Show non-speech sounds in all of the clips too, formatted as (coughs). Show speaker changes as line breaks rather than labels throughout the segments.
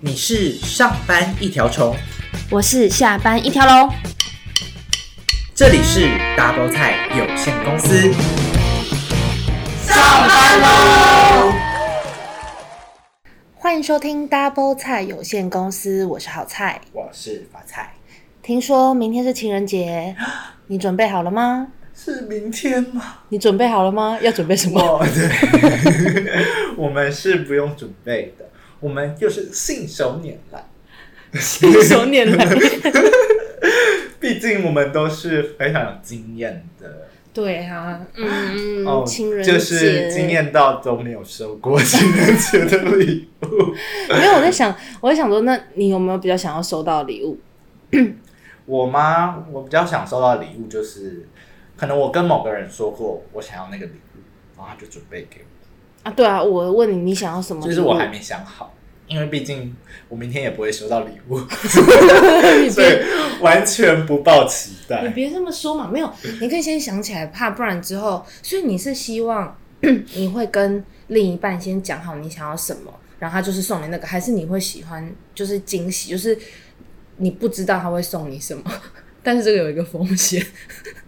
你是上班一条虫，
我是下班一条龙。
这里是 Double 菜有限公司。
欢迎收听 Double 菜有限公司，我是好菜。
我是法菜，
听说明天是情人 (gasps) 节，你准备好了吗？
是明天吗？
你准备好了吗？要准备什么？
哦，对，我们是不用准备的，我们就是信手拈来。
(laughs) 信手拈来。
毕竟我们都是非常有经验的，
(laughs) 对啊，嗯，
哦，
情人节
就是经。验到都没有收过情人节的礼物。
没有，我在想，我在想说，那你有没有比较想要收到的礼物？
我妈，我比较想收到的礼物就是，可能我跟某个人说过我想要那个礼物，然后他就准备给我，
啊，对啊，我问你，你想要什么礼物？
就是我还没想好，因为毕竟我明天也不会收到礼
(laughs)
物，
你
所
别
以完全不抱期
你
待。
别这么说嘛，没有，你可以先想起来，怕不然之后，所以你是希望 (clears throat) 你会跟另一半先讲好你想要什么，然后他就是送你那个，还是你会喜欢就是惊喜，就是你不知道他会送你什么，但是这个有一个风险，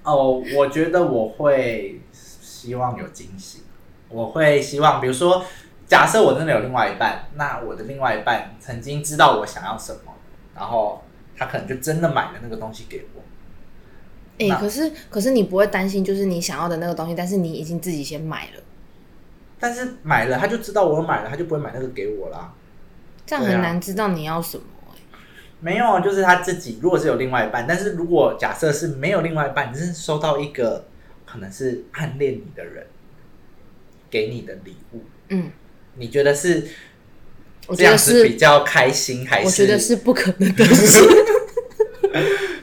哦，我觉得我会希望有惊喜，我会希望，比如说，假设我真的有另外一半，那我的另外一半曾经知道我想要什么，然后他可能就真的买了那个东西给我。
哎、
那
可是可是你不会担心，就是你想要的那个东西，但是你已经自己先买了，
但是买了他就知道我买了，他就不会买那个给我啦。
这样
对
很
啊
难知道你要什么、哎
没有，就是他自己。如果是有另外一半，但是如果假设是没有另外一半，你是收到一个可能是暗恋你的人给你的礼物，
嗯，
你觉得是
我
这
觉
样
得
子
是
比，较开心，还是
我觉得是不可能的事。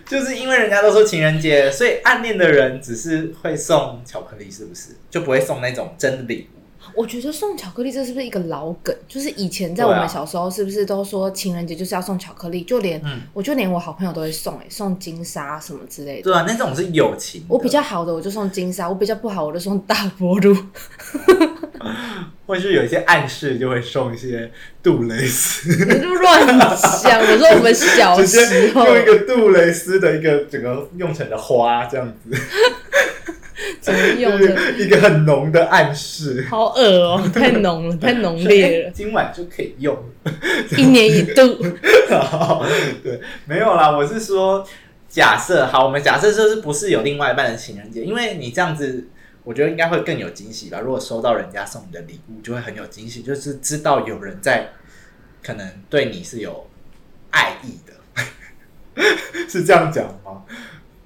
就是因为人家都说情人节，所以暗恋的人只是会送巧克力，是不是就不会送那种真礼物？
我觉得送巧克力这是不是一个老梗？就是以前在我
对啊
们小时候，是不是都说情人节就是要送巧克力？就连、
嗯
我就连我好朋友都会送、欸，送金沙什么之类的。
对啊，那种是友情的。
我比较好的我就送金沙，我比较不好我就送大波 (laughs) 露。
或是有一些暗示，就会送一些杜蕾斯。
你就乱想，我说我们小
直
时
接
候
用一个杜蕾斯的一个整个用成的花这样子，
怎么用
就
的，
是一个很浓的暗示。
好恶哦、太浓了，太浓烈
哎
了，
今晚就可以用。
一年一度。
对，没有啦，我是说假设，好，我们假设就是不是有另外一半的情人节，因为你这样子，我觉得应该会更有惊喜吧。如果收到人家送你的礼物，就会很有惊喜，就是知道有人在可能对你是有爱意的，是这样讲吗？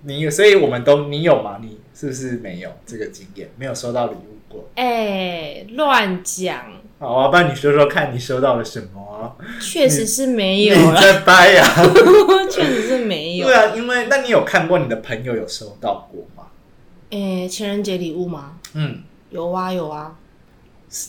你有，所以我们都你有吗？你是不是没有这个经验，没有收到礼物过？
哎、乱讲，
好啊，不然你说说看你收到了什么啊？
确实是没
你
有啦，
在掰呀、
(laughs) 确实是没有
对。啊，因为那你有看过你的朋友有收到过吗？
哎、情人节礼物吗？
嗯，
有啊，有啊。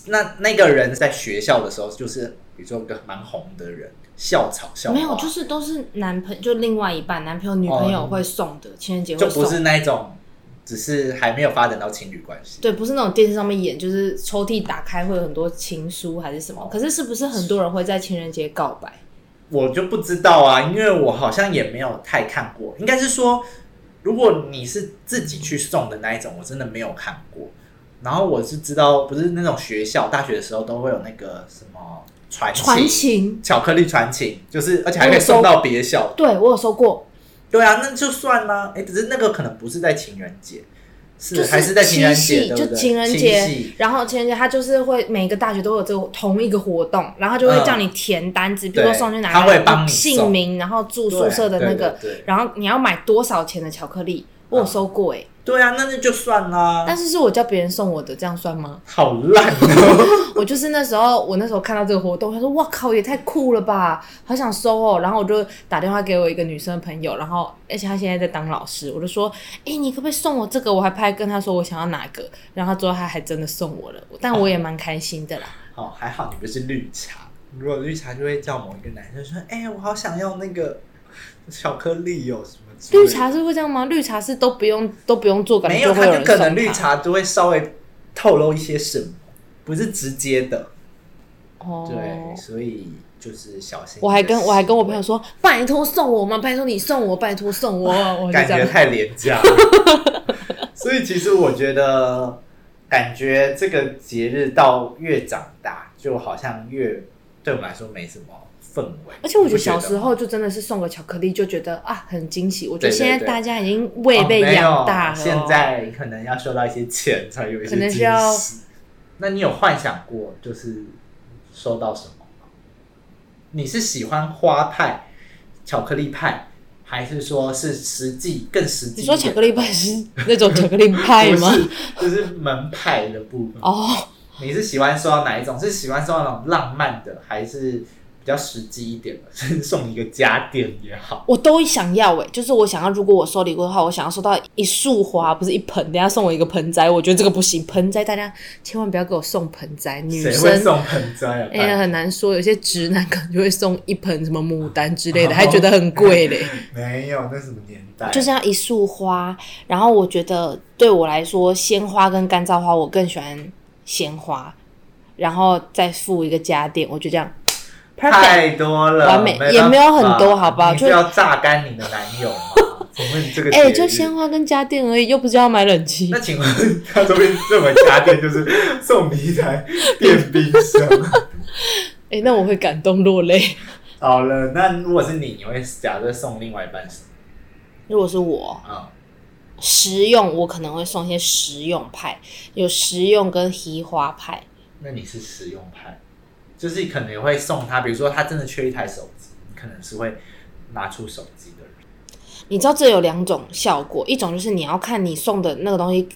那那个人在学校的时候，就是比如说一个蛮红的人，校草校花
没有，就是都是男朋就另外一半，男朋友、女朋友会送的，情人节会
哦就不
送。
是那种，只是还没有发展到情侣关系。
对，不是那种电视上面演，就是抽屉打开会有很多情书还是什么。可是是不是很多人会在情人节告白？
哎我就不知道啊，因为我好像也没有太看过。应该是说，如果你是自己去送的那一种，我真的没有看过。然后我是知道，不是那种学校大学的时候都会有那个什么传情
传情，
巧克力传情，就是而且还可以送到别校
对我有收过，
对啊，那就算啦、哎、只是那个可能不是在情人节，是、
就是
还是在情人
七
节，
夕
对不
就
对？
情人
七
节
夕，
然后情人节他就是会每个大学都有这个同一个活动，然后就会
嗯
叫你填单子，比如说
对
送去哪
他
个
会帮你
姓
送
名，然后住宿舍的那个，
对对对
然后你要买多少钱的巧克力，我有
嗯
收过哎、欸
对啊，那那就算啦、
但是是我叫别人送我的，这样算吗？
好烂哦、
我就是那时候，我那时候看到这个活动，他说：“哇靠，也太酷了吧，好想收哦。”然后我就打电话给我一个女生的朋友，然后而且她现在在当老师，我就说：“哎、你可不可以送我这个？”我还拍跟她说我想要哪个，然后最后她还真的送我了，但我也蛮开心的啦。
好，哦还好你不是绿茶，如果绿茶就会叫某一个男生说：“哎、我好想要那个巧克力哦、什么之类
绿
的。”
茶是会这样吗？绿茶是都不用都不用做，感
没
觉
有，
就
他
会有
就
人
可
送
能绿茶就会稍微透露一些什么，不是直接的，
哦，
对，所以就是小心。
我还跟我还跟我朋友，说，拜托送我们，拜托你送我，拜托
(laughs)
送我，我就
感
这
觉
样。
太廉价了。
(laughs)
所以其实我觉得，感觉这个节日到越长大，就好像越对我们来说没什么氛围。
而且我觉得
你不
小
吗
时候就真的是送个巧克力就觉得啊很惊喜，我觉
对
得
对
现在
对
大家已经胃被养大了、
哦没有现在可能要收到一些钱才有一些
可能
惊
是要
喜。那你有幻想过就是收到什么吗？你是喜欢花派、巧克力派，还是说是实际更实际
你
一点？
说巧克力派是那种巧克力派吗？
(laughs) 不是，就是门派的部分。
哦，
你是喜欢收到哪一种？是喜欢收到那种浪漫的，还是比较实际一点的？ (laughs) 是送一个家电也好。
我都想要哎、就是我想要，如果我收礼物的话，我想要收到一束花，不是一盆。等一下送我一个盆栽，我觉得这个不行，盆栽大家千万不要给我送盆栽，女
谁会
生。
送盆栽啊？
哎呀，很难说，有些直男可能就会送一盆什么牡丹之
哦
类的，还觉得很贵嘞。
没有，那什么年代？
就是要一束花。然后我觉得对我来说，鲜花跟干燥花，我更喜欢鲜花，然后再附一个家电，我就这样 perfect。
太多了，
完美
办法
也没有很多好不好
你
就是
要榨干你的男友吗？请问
(laughs)
这个
哎、
节日
就鲜花跟家电而已，又不是要买冷气
那。请问他周边这么家电就是送你一台电冰
(laughs)
箱？
哎、那我会感动落泪。
好了，那如果是你，你会假设送另外一半什么？
如果是我
啊、
实用，我可能会送一些实用派，有实用跟黑花派。
那你是实用派，就是可能会送他，比如说他真的缺一台手机，你可能是会拿出手机的人。
你知道这有两种效果，一种就是你要看你送的那个东西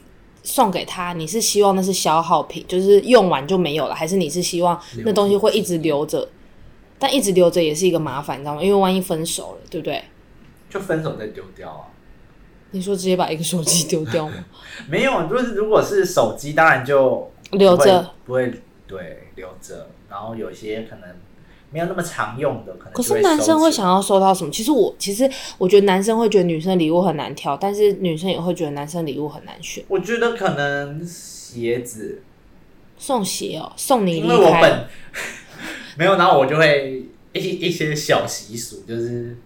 送给他，你是希望那是消耗品，就是用完就没有了，还是你是希望那东西会一直留着？但一直留着也是一个麻烦，你知道吗？因为万一分手了，对不对？
就分手再丢掉啊？
你说直接把一个手机丢掉吗？
没有，就是如果是手机，当然就
留着
不会，不会对留着。然后有些可能没有那么常用的，可能
可
就是会
男生会
收起来
想要收到什么？其实我其实我觉得男生会觉得女生礼物很难挑，但是女生也会觉得男生礼物很难选。
我觉得可能鞋子，
送鞋哦，送你
因
离
为我
开，
本 (laughs) 没有，然后我就会一一些小习俗，就是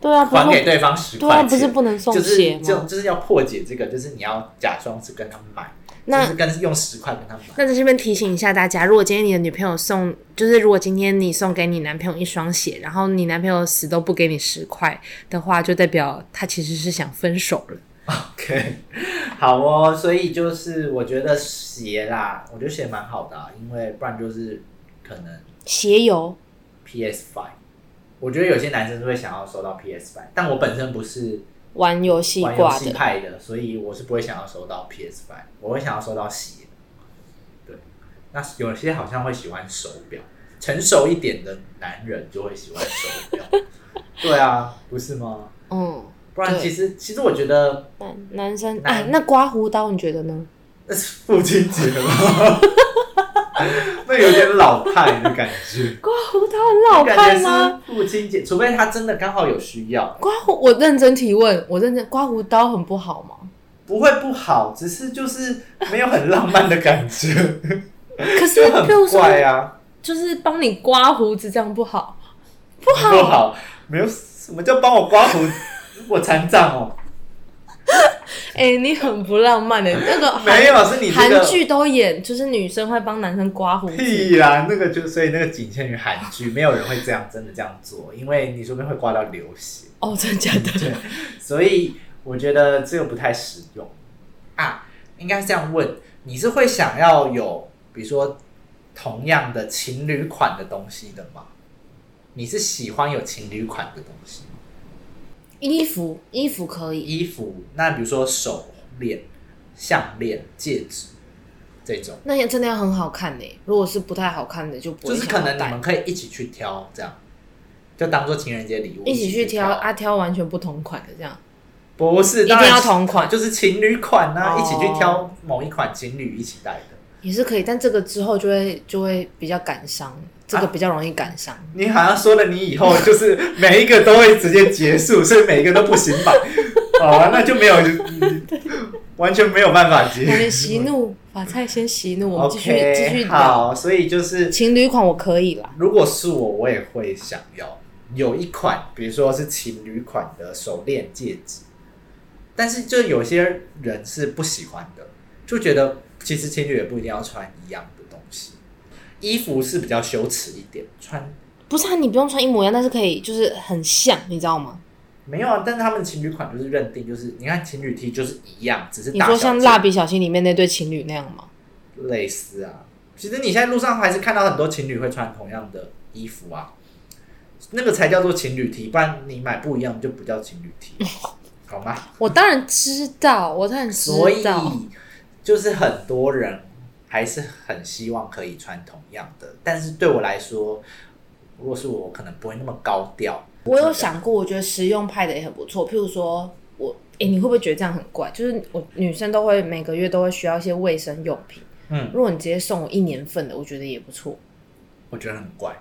对啊，不
还给
是
对方十
对
块
啊，
钱，
不是不能送
就是
鞋
就
吗？
就是要破解这个，就是你要假装是跟他买，
那
就是跟用十块跟他买。
那在这边提醒一下大家，如果今天你的女朋友送，就是如果今天你送给你男朋友一双鞋，然后你男朋友死都不给你十块的话，就代表他其实是想分手了。
OK，好哦，所以就是我觉得鞋啦，我觉得鞋蛮好的、啊，因为不然就是可能
鞋油
PS Five，我觉得有些男生是会想要收到 PS Five，但我本身不是
玩游戏
玩游
挂
戏
的，
派的，所以我是不会想要收到 PS Five，我会想要收到鞋。对，那有些好像会喜欢手表，成熟一点的男人就会喜欢手表。
(laughs)
对啊，不是吗？
嗯，
不然
对
其实其实我觉得
男男生
男
啊，那刮胡刀你觉得呢？
那是父亲节吧，那有点老派的感觉。
刮胡刀很老派
感
吗？
觉是父亲节，除非他真的刚好有需要，
刮胡，我认真提问，我认真，刮胡刀很不好吗？
不会不好，只是就是没有很浪漫的感觉，
可是，
就
譬如
很
说，
怪啊，
就是帮你刮胡子这样不好，
不好，不好，没有什么叫帮我刮胡，我残障哦，
哎、你很不浪漫的、那个韩
没有，是你这
韩
个
剧都演，就是女生会帮男生刮胡子。
屁啦，那个就所以那个仅限于韩剧，没有人会这样真的这样做，因为你说不定会刮到流血。
哦，真的假的？
(laughs) 嗯对，所以我觉得这个不太实用啊。应该这样问，你是会想要有，比如说同样的情侣款的东西的吗？你是喜欢有情侣款的东西吗？
衣服，衣服可以。
衣服，那比如说手链、项链、戒指这种，
那也真的要很好看呢、如果是不太好看的，就不
就
会
是可
想
能
要
你
戴。
们可以一起去挑，这样就当做情人节礼物
一起去挑
挑
啊，挑完全不同款的这样。
不是，
一定
当然
要同款
就是情侣款啊，
哦
一起去挑某一款情侣一起戴的。
也是可以，但这个之后就会就会比较感
啊
伤，这个比较容易感
(laughs)
伤。
你好像说了，你以后就是每一个都会直接结束，所以每一个都不行吧？好啊，那就没有，嗯完全没有办法
我的
结。
息怒把菜先息怒，我们继续继续
OK，
聊。
好，所以就是
情侣款我可以啦，
如果是我，我也会想要有一款，比如说是情侣款的手链、戒指，但是就有些人是不喜欢的，就觉得其实情侣也不一定要穿一样的东西，衣服是比较羞耻一点，穿
不是啊，你不用穿一模一样，但是可以就是很像，你知道吗？
没有啊，但他们情侣款就是认定就是，你看情侣 T 就是一样，只是
你
大
说
小
像
件
蜡笔小新里面那对情侣那样吗？
类似啊。其实你现在路上还是看到很多情侣会穿同样的衣服啊，那个才叫做情侣 T，不然你买不一样就不叫情侣 T，好
(laughs)
吗？
我当然知道，我当然知
所以
道。
就是很多人还是很希望可以穿同样的，但是对我来说，如果是我，我可能不会那么高调。
我有想过，我觉得实用派的也很不错。譬如说，我诶、你会不会觉得这样很怪？就是我女生都会每个月都会需要一些卫生用品，
嗯，
如果你直接送我一年份的，我觉得也不错。
我觉得很怪。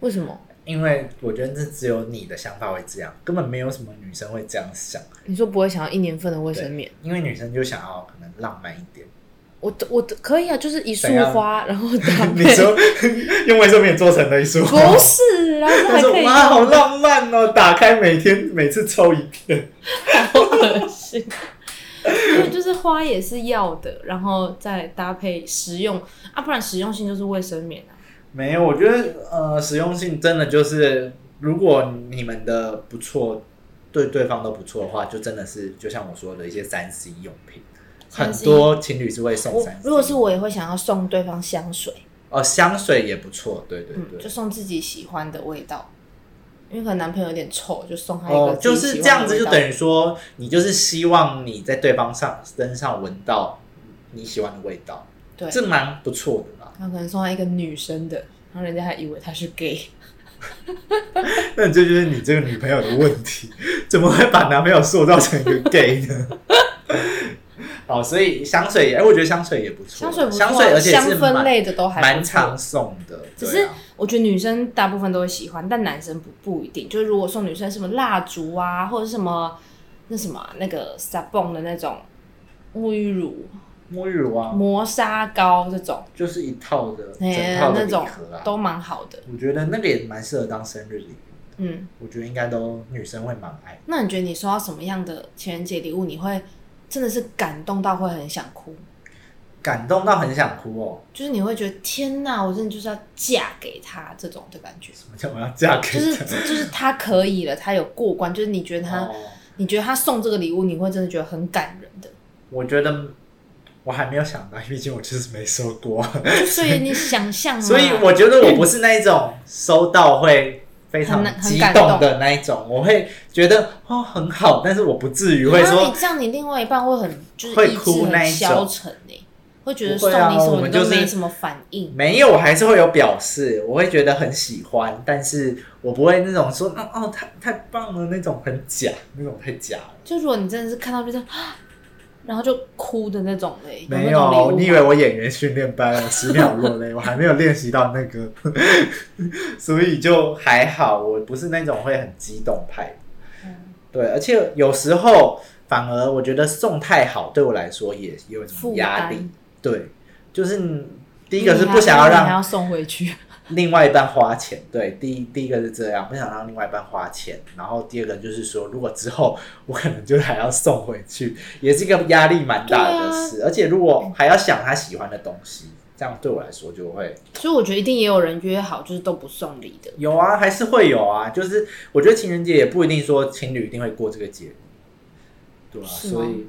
为什么？
因为我觉得这只有你的想法会这样，根本没有什么女生会这样想。
你说不会想要一年份的卫生棉？
因为女生就想要可能浪漫一点。
我我可以啊，就是一束
怎样
花，然后搭
(laughs) 你
配。
说用卫生棉做成了一束
不
花， (laughs)
是啦，这
他
还可
说
以
哇，好浪漫哦！打开每天每次抽一片，
好恶心。 (laughs) 因为就是花也是要的，然后再搭配实用啊，不然实用性就是卫生棉啊。
没有，我觉得呃，实用性真的就是，如果你们的不错，对对方都不错的话，就真的是就像我说的一些三 C 用品，很
3C
多情侣是会送
我
三 C。
如果是我也会想要送对方香水，
哦，香水也不错，对对
嗯，
对，
就送自己喜欢的味道，因为可能男朋友有点臭，就送他一个
哦，就
自己
是
喜欢的味
这样子，
道、
就等于说你就是希望你在对方上身上闻到你喜欢的味道，
对，
这蛮不错的啦。
他可能送他一个女生的，然后人家还以为他是 gay，
(laughs) 那这就是你这个女朋友的问题， (laughs) 怎么会把男朋友塑造成一 (laughs) 个 gay 呢？好，哦所以香水，哎、我觉得香水也不错，
香水不错啊，
香水而且
香
是
氛
蛮
类的都还不
蛮
错
常送的，
只
对
是
啊
我觉得女生大部分都会喜欢，但男生不不一定。就是如果送女生什么蜡烛啊，或者是什么那什么啊、那个 s a b o n 的那种沐浴乳、
沐浴乳啊，
磨砂膏这种，
就是一套的
嗯哎、
整套的
那
礼
种
盒啊，
都蛮好的。
我觉得那个也蛮适合当生日礼物，
嗯，
我觉得应该都女生会蛮爱的。
那你觉得你收到什么样的情人节礼物，你会真的是感动到会很想哭？
感动到很想哭哦！
就是你会觉得天哪，我真的就是要嫁给他这种的感觉，
什么叫我要嫁给他？
就是就是他可以了，他有过关，就是你觉得他。
哦，
你觉得他送这个礼物，你会真的觉得很感人的，
我觉得我还没有想到，毕竟我就是没收过，
所以你想象嘛，
所以我觉得我不是那一种收到会非常
很难很
激
感
动
动
的那一种，我会觉得哦很好，但是我不至于会
然后
说
你。这样，你另外一半会很就是
会
意志
哭那
很
一种
消沉呢、会觉得
不
送
会
你
啊
什
我
么
们
你都
就是
没什么反应，
没有，我还是会有表示，我会觉得很喜欢，但是我不会那种说哦哦太太棒了那种很假，那种太假了。
就如果你真的是看到就这 (gasps) 样，啊然后就哭的那种嘞、
没
有那种
有，
礼物
你以
吗
为我演员训练班我十秒落泪，我还没有练习到那个， (laughs) 所以就还好，我不是那种会很激动派。
嗯
对，而且有时候反而我觉得送太好对我来说也有一种
负
压
担
力。对，就是你第一个是不想要
你还你还
让
要送回去，
另外一半花钱，对，第一第一个是这样，不想让另外一半花钱，然后第二个就是说，如果之后我可能就还要送回去，也是一个压力蛮大的事，而且如果还要想他喜欢的东西，这样对我来说就会
(laughs) 所以我觉得一定也有人约好就是都不送礼的，
有啊，还是会有啊，就是我觉得情人节也不一定说情侣一定会过这个节，对啊，
是吗
所以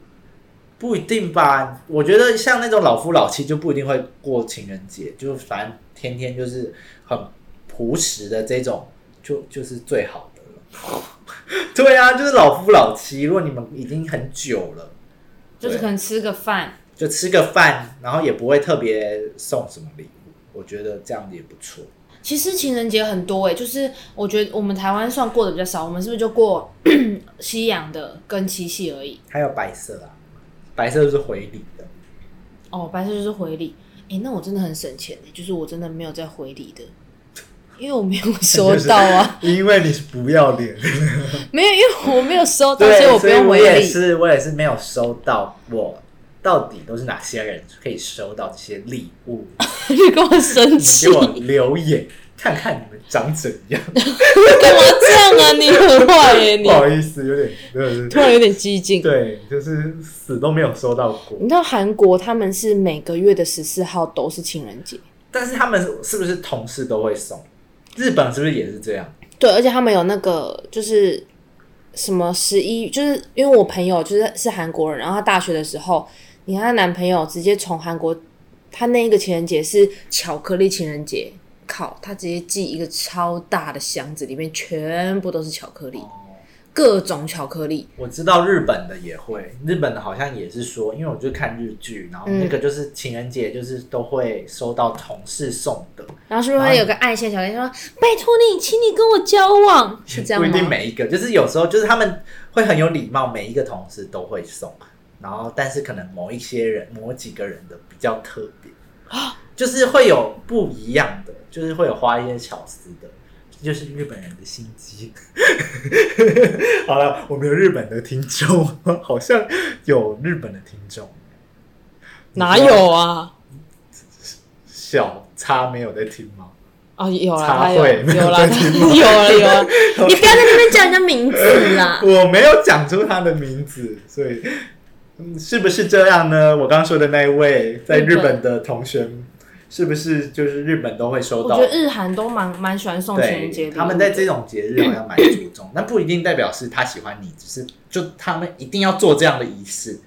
不一定吧。我觉得像那种老夫老妻就不一定会过情人节，就反正天天就是很朴实的这种，就就是最好的了。 (laughs) 对啊，就是老夫老妻，如果你们已经很久了，
就是
对
可能吃个饭，
就吃个饭，然后也不会特别送什么礼物，我觉得这样子也不错。
其实情人节很多哎、就是我觉得我们台湾算过得比较少，我们是不是就过 (coughs) 西洋的跟七夕而已？
还有白色啊，白色就是回礼的。
哦，白色就是回礼。哎、那我真的很省钱欸就是我真的没有在回礼的，因为我没有
(laughs)
收到啊，
因为你是不要脸，
没有，因为我没有收到，
对，
以我不
所以
用
我
回
也
礼。
是，我也是没有收到过，到底都是哪些人可以收到这些礼
(laughs)
物？
(laughs) 你跟我生
你
气
给，我留
(laughs)
言，看看你们长怎样。
干嘛这样啊？你很坏耶！
(laughs)
你
不好意思，有点真
突
的
然有点激进
是，。对，就是死都没有收到过。
你知道韩国他们是每个月的十四号都是情人节，
但是他们是不是同事都会送？日本是不是也是这样？
对，而且他们有那个就是什么十一，就是因为我朋友就是是韩国人，然后她大学的时候，你看她男朋友直接从韩国，她那一个情人节是巧克力情人节，靠，她直接寄一个超大的箱子，里面全部都是巧克力，各种巧克力，
我知道日本的也会，日本的好像也是说，因为我就看日剧，然后那
嗯
个就是情人节，就是都会收到同事送的，
然后是不是会有个爱线小跟说，拜托你，请你跟我交往，是这样
不一定
吗？
每一个，就是有时候就是他们会很有礼貌，每一个同事都会送，然后但是可能某一些人、某几个人的比较特别，
啊
就是会有不一样的，就是会有花一些巧思的。这就是日本人的心机。 (laughs) 好了，我们有日本的听众，好像有日本的听众。
哪有啊？
小叉没有在听吗？
啊，有啦，
茶
他有
会没有
有啦，
(laughs) 在
他
听
(laughs) 有啦，有啦，你不要在那边叫人家名字 (laughs)
(laughs)
啦。
我没有讲出他的名字，所以、嗯、是不是这样呢？我刚说的那一位在日本的同学，是不是就是日本都会收
我
到
觉？得日韩都蛮蛮喜欢送情人节
对，
礼物
他们在这种节日好像蛮注重，但不一定代表是他喜欢你，只是就他们一定要做这样的仪式，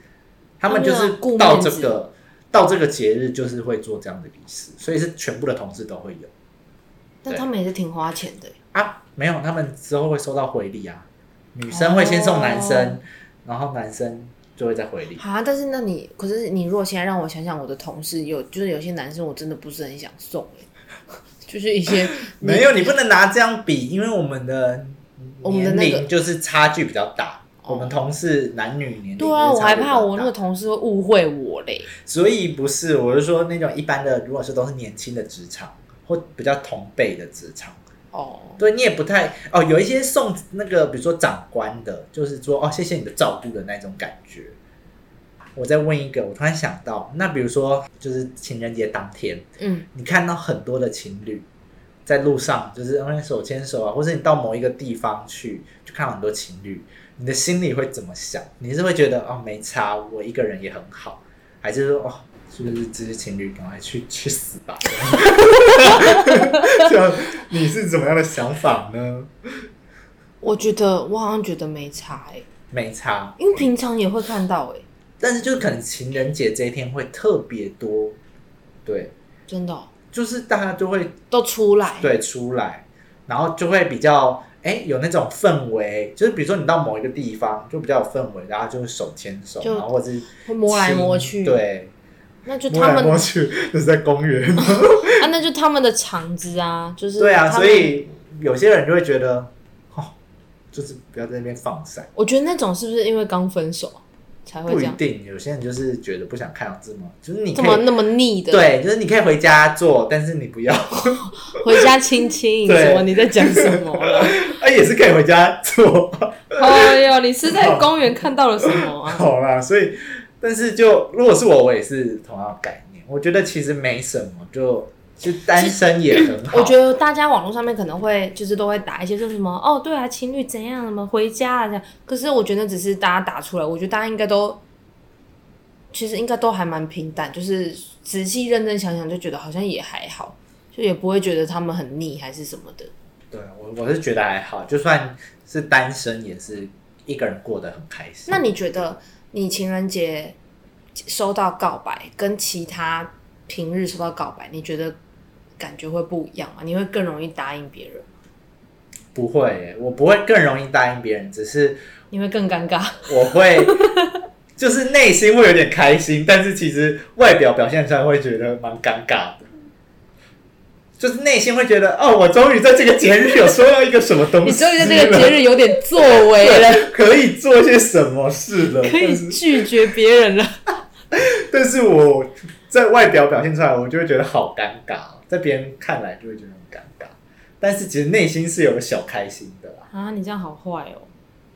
他们就
他们
是
要顾面
到这
子
个到这个节日就是会做这样的仪式，所以是全部的同事都会有
但他们也是挺花钱的。
啊，没有，他们之后会收到回礼啊，女生会先送男生，
哦
然后男生就会再回礼。
啊，但是那你，可是你如果现在让我想想，我的同事有就是有些男生我真的不是很想送、欸 (laughs) 就是一些
(laughs) 没有，你不能拿这样比，因为我们的
我们的
年
那个
龄就是差距比较大。
哦
我们同事男女年龄
对啊，
就是
我
差距
还
比较
怕我那
大
个同事会误会我嘞。
所以不是，我是说那种一般的，如果是都是年轻的职场或比较同辈的职场，
哦，
对你也不太哦，有一些送那个，比如说长官的，就是说哦，谢谢你的照顾的那种感觉。我再问一个，我突然想到，那比如说就是情人节当天，
嗯，
你看到很多的情侣在路上，就是嗯手牵手啊，或是你到某一个地方去，就看到很多情侣，你的心里会怎么想？你是会觉得哦没差，我一个人也很好，还是说哦就是这些情侣赶快去去死吧？ (laughs) 这样你是怎么样的想法呢？
我觉得我好像觉得没差哎、
没差，
因为平常也会看到哎、
但是就是可能情人节这一天会特别多，对，
真的哦、
就是大家就会
都出来。
对出来，然后就会比较哎有那种氛围，就是比如说你到某一个地方就比较有氛围，然后就是手牵手，
就
然后或者是
会摸来
亲
摸去
对，
那就他们
去 (laughs) 就是在公
(laughs)
园，
啊，那就他们的场子啊，就是
对啊，
他
所
们
以有些人就会觉得哦，就是不要在那边放闪，
我觉得那种是不是因为刚分手才会
不
这
一
样，
定，有些人就是觉得不想看到这么，就是你
这
可
么
以。
那么腻的？，
对，就是你可以回家做，但是你不要， (laughs)
回家亲亲
对
什么？你在讲什么
(laughs)
啦？
啊，也是可以回家做。
哎呦，你是在公园看到了什么啊？
(laughs) 好啦，所以，但是就如果是我，我也是同样的概念。我觉得其实没什么，就就单身也很好。
我觉得大家网络上面可能会就是都会打一些说什么哦，对啊，情侣怎样，什么回家啊这样。可是我觉得只是大家打出来，我觉得大家应该都其实应该都还蛮平淡，就是仔细认真想想就觉得好像也还好，就也不会觉得他们很腻还是什么的。
对啊我我是觉得还好，就算是单身，也是一个人过得很开心。
那你觉得你情人节收到告白，跟其他平日收到告白，你觉得感觉会不一样吗？你会更容易答应别人，
不会耶、我不会更容易答应别人，只是
你会更
(laughs)
尴尬？
我会就是内心会有点开心，但是其实外表表现出来会觉得蛮尴尬的。就是内心会觉得，哦，我终于在这个节日有收到一个什么东西了，
你终于在这个节日有
(laughs)
点作为了，
对，可以做些什么事了。
可
但
以
是，
拒绝别人 (laughs) 了。
但是我在外表表现出来，我就会觉得好尴尬，在别人看来就会觉得很尴尬。但是其实内心是有个小开心的啦。
啊，你这样好坏哦！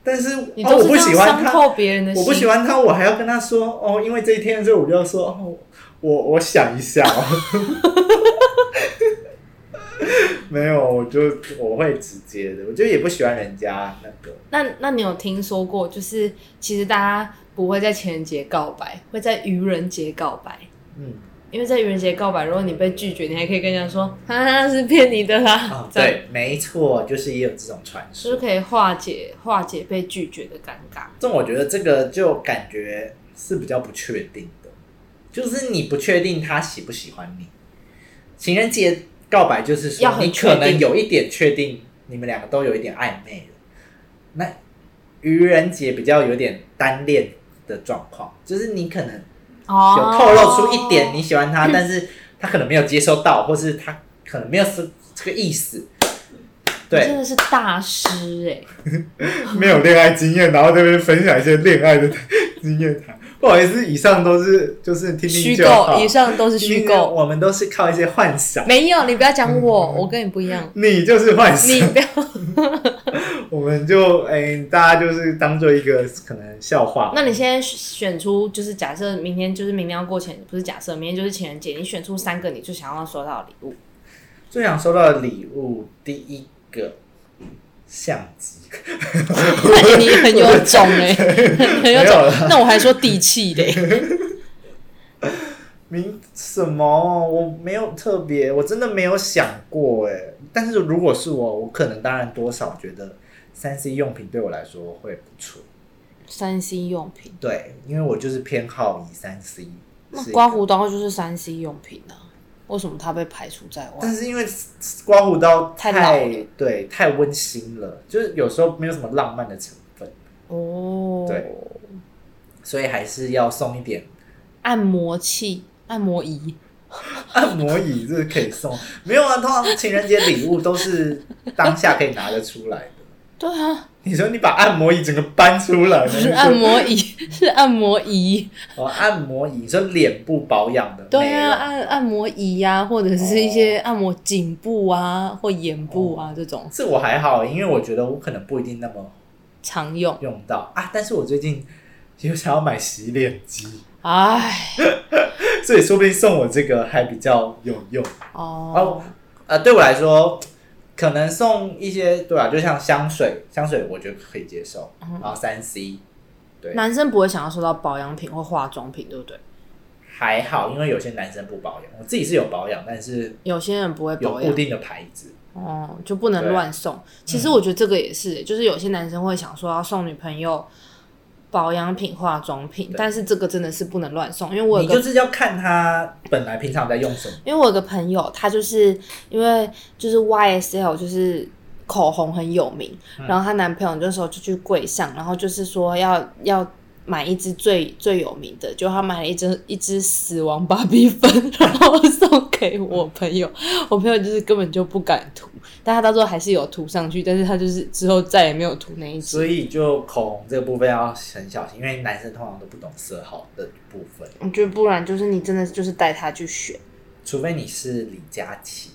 但是
你
哦，
都
我
是
不
这样
喜欢
伤
他，
透别人的心，
我不喜欢他，我还要跟他说哦，因为这一天，所以我就要说哦，我我想一下哦。 (laughs) 没有，我就我会直接的，我就也不喜欢人家那个。
那那你有听说过，就是其实大家不会在情人节告白，会在愚人节告白。
嗯
因为在愚人节告白，如果你被拒绝，你还可以跟人家说“哈哈，是骗你的啦”，
啊，
这样，
对，没错，就是也有这种传
就
说
是。可以化解化解被拒绝的尴尬。
但我觉得这个就感觉是比较不确定的，就是你不确定他喜不喜欢你。情人节告白就是
要
说，
很
你可
确
能
定
有一点确定，你们两个都有一点暧昧了。那愚人节比较有点单恋的状况，就是你可能
哦
有透露出一点你喜欢他，但是他可能没有接收到，或是他可能没有是这个意思。对，
真的是大师哎、
(laughs) 没有恋爱经验，然后在那边分享一些恋爱的经验谈。 (laughs) 不好意思，以上都是就是听听
虚
就好
构，。以上都是虚
因为
构，
我们都是靠一些幻想。
没有，你不要讲我，我跟你不一样，
(laughs) 你就是幻
你
想，
不要。
我们就哎、大家就是当做一个可能笑话。
那你现在选出，就是假设明天就是明天要过情人，不是假设明天就是情人节，你选出三个你最想要收到的礼物，
最想收到的礼物，第一个相机，(laughs)
(laughs) 你很有种哎、 (laughs) 很有
没有
种
啦。
那我还说地气嘞、
明什么？我没有特别，我真的没有想过哎。但是如果是我，我可能当然多少觉得三 C 用品对我来说会不错。
三 C 用品，
对，因为我就是偏好以三 C。
那
是一个
刮胡刀就是三 C 用品啊，为什么它被排除在外
但？是因为刮胡刀
太
太
老了
对太温馨了，就是有时候没有什么浪漫的成分，
哦，
对所以还是要送一点 (laughs)
按摩器、按摩仪，
按摩椅，这是可以送。没有啊，通常情人节礼物都是当下可以拿得出来的。
对啊，
你说你把按摩椅整个搬出来，
(laughs) 不是
你说
按摩仪，是按摩仪，
哦，按摩椅，你说脸部保养的，
对
美
啊，
容，
按按摩仪呀、啊，或者是一
哦
些按摩颈部啊或眼部啊、这种
这我还好，因为我觉得我可能不一定那么
常用。
用到啊。但是我最近有想要买洗脸机。
哎，
所以说不定送我这个还比较有用
哦
哦，。呃，对我来说，可能送一些对啊，就像香水，香水我觉得可以接受，
嗯
然后三 C 对
男生不会想要收到保养品或化妆品，对不对？
还好，因为有些男生不保养，我自己是有保养，但是
有些人不会
有
保
固
养，
定的牌子。
哦，就不能乱
嗯
送。其实我觉得这个也是，就是有些男生会想说要送女朋友保养品、化妆品，
对
但是这个真的是不能乱送，因为我
你
有个
就是要看他本来平常在用什么，
因为我有个朋友，他就是因为就是 YSL 就是口红很有名，
嗯
然后她男朋友那时候就去柜上，然后就是说要要买一支最最有名的，就他买了一支一支死亡芭比粉， (laughs) 然后送给我朋友，我朋友就是根本就不敢涂，但他到最后还是有涂上去，但是他就是之后再也没有涂那一支。
所以就口红这个部分要很小心，因为男生通常都不懂色号的部分，
我觉得不然就是你真的就是带他去选，
除非你是李佳琦，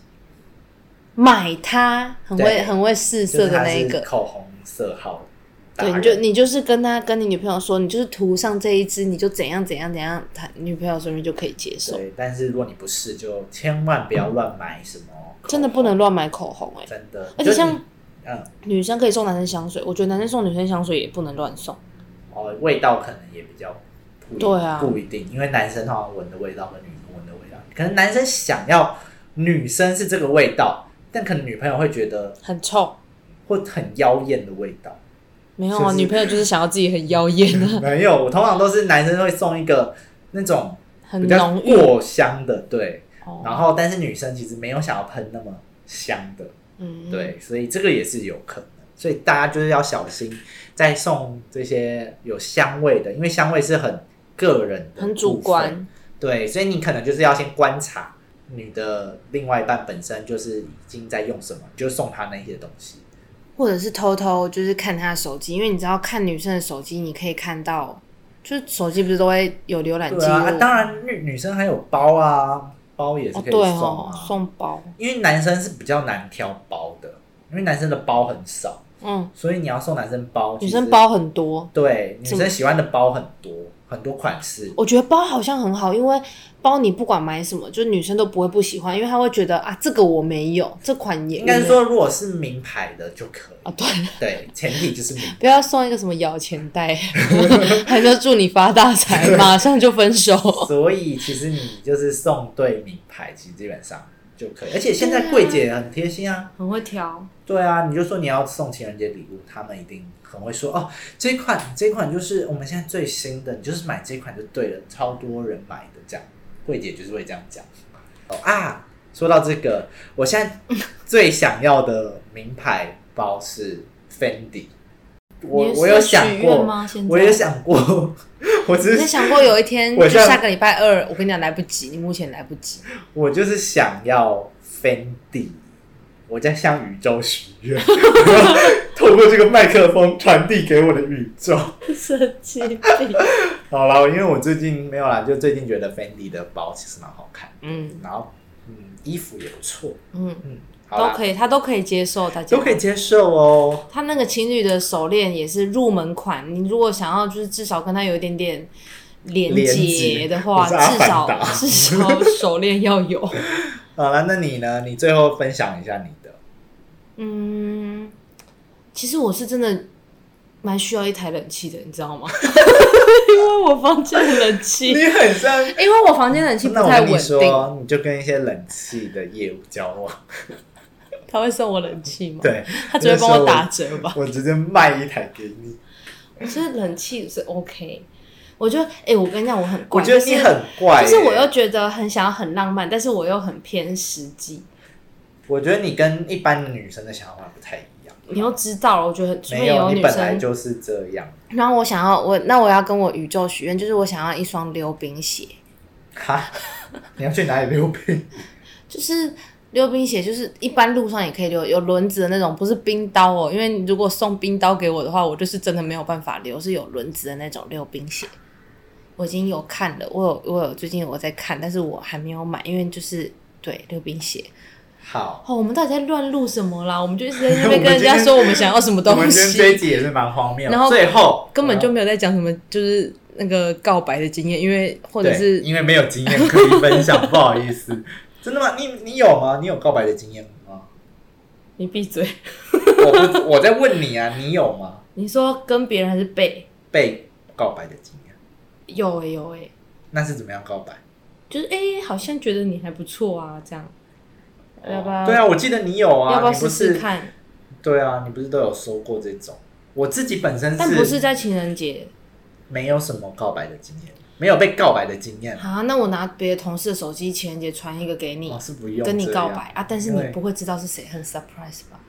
买它很会
对
很会试
就
色
是
的
他
那一
是
个。
口红色号达
对，
人。
你就你就是跟他跟你女朋友说，你就是涂上这一支，你就怎样怎样怎样，他女朋友说明就可以接受。
对，但是如果你不试，就千万不要乱买什么口红，
真的不能乱买口红哎、
真的。
而且
就是
像
你嗯，
女生可以送男生香水，我觉得男生送女生香水也不能乱送。
哦，味道可能也比较不一
对啊
不一定，因为男生通常闻的味道跟女生闻的味道，可能男生想要女生是这个味道，但可能女朋友会觉得
很臭，
会很妖艳的味
(laughs)
道。
没有
是
啊，
不是
女朋友就是想要自己很
(laughs)
妖艳啊，
没有，我通常都是男生会送一个那种
很
比较
浓郁。
过香的，对，然
哦，
后但是女生其实没有想要喷那么香的。
嗯，
对，所以这个也是有可能，所以大家就是要小心，在送这些有香味的，因为香味是很个人的，
很主。观。
对，所以你可能就是要先观察你的另外一半本身就是已经在用什么，你就送他那些东西。
或者是偷偷就是看她的手机，因为你知道看女生的手机，你可以看到，就是手机不是都会有浏览记
对
录、
啊，啊当然女女生还有包啊，包也是
哦，
可以
对
送
哦
啊，，
送包。
因为男生是比较难挑包的，因为男生的包很少，
嗯，
所以你要送男生包，
女
其
生
实
包很多，
对女
怎么
生喜欢的包很多很多款式，
我觉得包好像很好，因为包你不管买什么，就是女生都不会不喜欢，因为她会觉得啊，这个我没有，这款也
应该是
我没
说如果是名牌的就可以，
有啊，对，
对，前提就是名牌。 (laughs)
不要送一个什么摇钱袋，还说祝你发大财，马上就分手。
所以其实你就是送对名牌，其实基本上就可以。而且现在柜姐很贴心啊，
很会挑，
对啊，你就说你要送情人节礼物，他们一定很会说哦，这款这款就是我们现在最新的，你就是买这款就对了，超多人买的这样。柜姐就是会这样讲。哦啊，说到这个，我现在最想要的名牌包是 Fendi。我我有想过，
吗？现
我有想过， (laughs) 我只
你
是
在想过有一天，
我
就
现在
下个礼拜二，我跟你讲来不及，你目前来不 (laughs) 及。
我就是想要 Fendi，我在向宇宙许愿， (laughs) 我要透过这个麦克风传递给我的宇宙。
神经病。
好啦，因为我最近没有啦，就最近觉得 Fendi 的包其实蛮好看，
嗯
然后嗯，衣服也不错，
嗯，
嗯，好
都
啦，
可以，他都可以接受，大家
都可以。接受哦。
他那个情侣的手链也是入门款，你如果想要就是至少跟他有一点点连接的话，
连接
至少
我是
至少手链要
(laughs)
有。
好啦，那你呢？你最后分享一下你的，
嗯，其实我是真的蛮需要一台冷气的，你知
(laughs)
道吗？因为我房间的冷气，
你很像。
因为我房间冷气不
那我
太
跟你
稳定，
说，你就跟一些冷气的业务交往，
他会送我冷气吗？，
对，
他只会帮我打折吧。
我直接卖一台给你。
我觉得冷气是 OK，我觉得，哎、我跟你讲，我很怪，
我觉得
就是
你很怪、
就
欸，
是我又觉得很想要很浪漫，但是我又很偏实际。
我觉得你跟一般的女生的想法不太一样。
你又知道了，我觉得除
嗯没
非
有，你
女
本来
生，
就是这样。
然后我想要我那我要跟我宇宙许愿，就是我想要一双溜冰鞋， (laughs)
哈，你要去哪里溜冰？
就是溜冰鞋，就是一般路上也可以溜，有轮子的那种，不是冰刀哦。因为如果送冰刀给我的话，我就是真的没有办法溜，是有轮子的那种溜冰鞋。我已经有看了，我有我有最近我在看，但是我还没有买，因为就是对溜冰鞋。
好，
哦，我们到底在乱录什么啦？我们就一
(laughs)
直在那边跟人家说我们想要什么
我们
东
今天这一
西，
集也是蛮荒谬的。
然后
最后嗯
根本就没有在讲什么，就是那个告白的经验，因为或者
对
是
因为没有经验可以分享，不好意思。真的吗？你你有吗？你有告白的经验吗？
你闭嘴，
我不，我在问你啊，你有吗？
你说跟别人还是被
被告白的经验，
有诶、有诶、
那是怎么样告白？
就是哎、诶好像觉得你还不错啊，这样，要不要？
对啊，我记得你有啊，
要不要
你
试
不
试
是
看？
对啊，你不是都有收过这种？我自己本身
但不是在情人节
没有什么告白的经验，没有被告白的经验，
啊，那我拿别的同事的手机情人节传一个给你，
哦是不用
跟你
这
告
样
白啊，但是你
对
不会知道是谁，很 surprise 吧？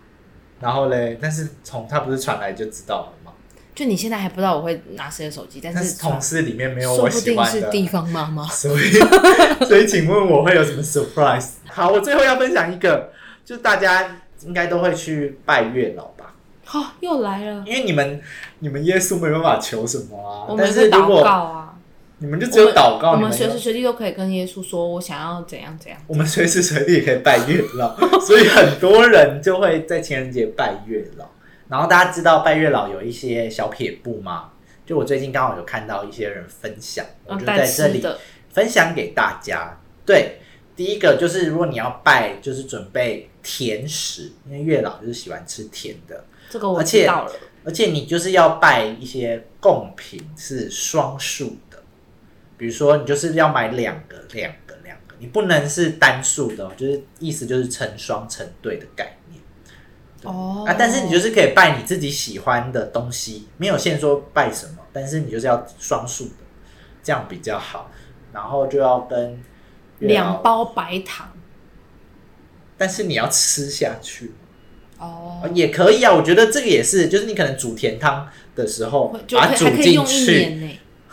然后嘞，但是从他不是传来就知道了吗？
就你现在还不知道我会拿谁的手机，但
但是
是
同事里面没有
说
我
不
喜
定
欢
是
的，
地方妈妈。
所以所以请问我会有什么 surprise？好， (laughs) 我最后要分享一个，就是大家应该都会去拜月老吧，
好、又来
(laughs)
了，
因为你们你们耶稣没办法求什么啊，
我
但
们
是
是
如
祷告
果
啊，
你们就只有祷告，
我
你
们随
又
时随地都可以跟耶稣说，我想要怎样怎样。
我们随时随地也可以拜月老， (laughs) 所以很多人就会在情人节拜月老。然后大家知道拜月老有一些小撇步吗？就我最近刚好有看到一些人分享，我
嗯，
就
带
在这
吃
里
的，
分享给大家。对，第一个就是如果你要拜，就是准备甜食，因为月老就是喜欢吃甜的，
这个我
而且
知道了。
而且你就是要拜一些贡品是双数的，比如说你就是要买两个、两个、两个，你不能是单数的、哦，就是意思就是成双成对的概念。
哦
啊，但是你就是可以拜你自己喜欢的东西，没有限说拜什么，但是你就是要双数的，这样比较好。然后就要跟月老
两，包白糖
但是你要吃下去，
哦
啊也可以啊。我觉得这个也是，就是你可能煮甜汤的时候
会就
把
可
它
以
煮
还可以
进
用一
去，
年呢，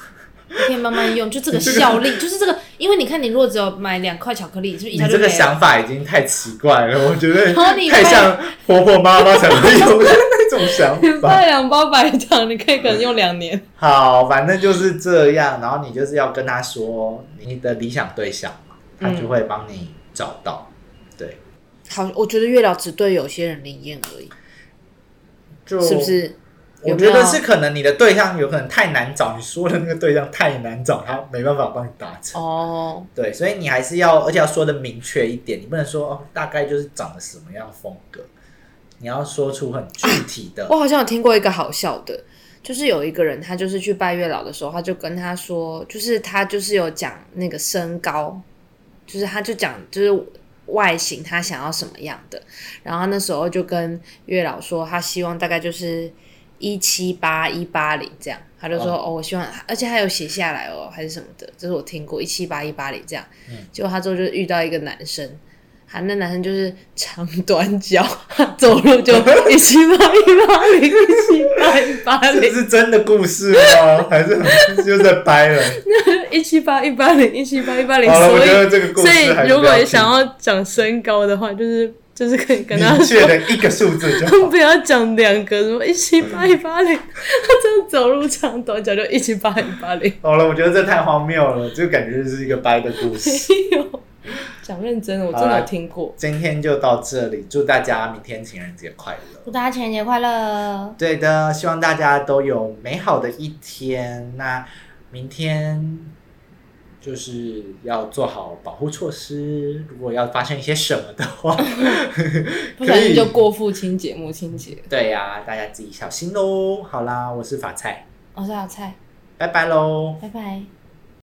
(laughs) 你可以慢慢用。就
(laughs)
这个效力，就是这个，因为你看，你如果只有买两块巧克力，就一
你
下就
这
没
个
(laughs) 了。
想法已经太奇怪 (laughs) 了，我觉得
然后你
太像婆婆妈妈才会有的那种 (laughs) 想法。
带两包白糖，你可以可能用两年。
(laughs) 好，反正就是这样。然后你就是要跟他说你的理想对象嘛，他就会帮你找到。对，
好，我觉得月老只对有些人灵验而已。
就是
不？是？
我
有没
觉
有
得是可能你的对象有可能太难找，你说的那个对象太难找，他没办法帮你达成。
哦，
对，所以你还是要，而且要说的明确一点，你不能说哦，大概就是长得什么样风格，你要说出很具体的。
我好像有听过一个好笑的，就是有一个人，他就是去拜月老的时候，他就跟他说，就是他就是有讲那个身高，就是他就讲就是外形他想要什么样的，然后他那时候就跟月老说，他希望大概就是一七八一八零这样。他就说
哦
哦我希望，而且还有写下来哦，还是什么的，这是我听过一七八一八零这样。
嗯
结果他之后就遇到一个男生，他那男生就是长短脚，他走路 (laughs) 就一七八一八零，一七八一八
这
零，
是真的故事吗？还是就在掰了？
(laughs) 一七八一八零，一七八一八零。
好了，我
所
觉得
以，
这个故
所
事还
以
是
如
不要
果
听
想要讲身高的话，就是就是 (laughs) 可以
(laughs)
跟他
明确
说，
的一个数字就好。
(laughs) 不要讲两个什么一七八一八零，他这样走路长短脚就一七八一八 (laughs) 零。
好了，我觉得这太荒谬了，就感觉是一个掰的故事。
没有，哎讲认真的，我真
好
的
啦
有听过。
今天就到这里，祝大家明天情人节快乐。
祝大家情人节快乐！
对的，希望大家都有美好的一天。那明天就是要做好保护措施，如果要发生一些什么的话，
(laughs)
(laughs)
不
可
小心
以
就过父亲节、母亲节。
对呀、大哦家自己小心喽。好啦，我是法菜，
哦我是小菜，
拜拜喽。
拜拜。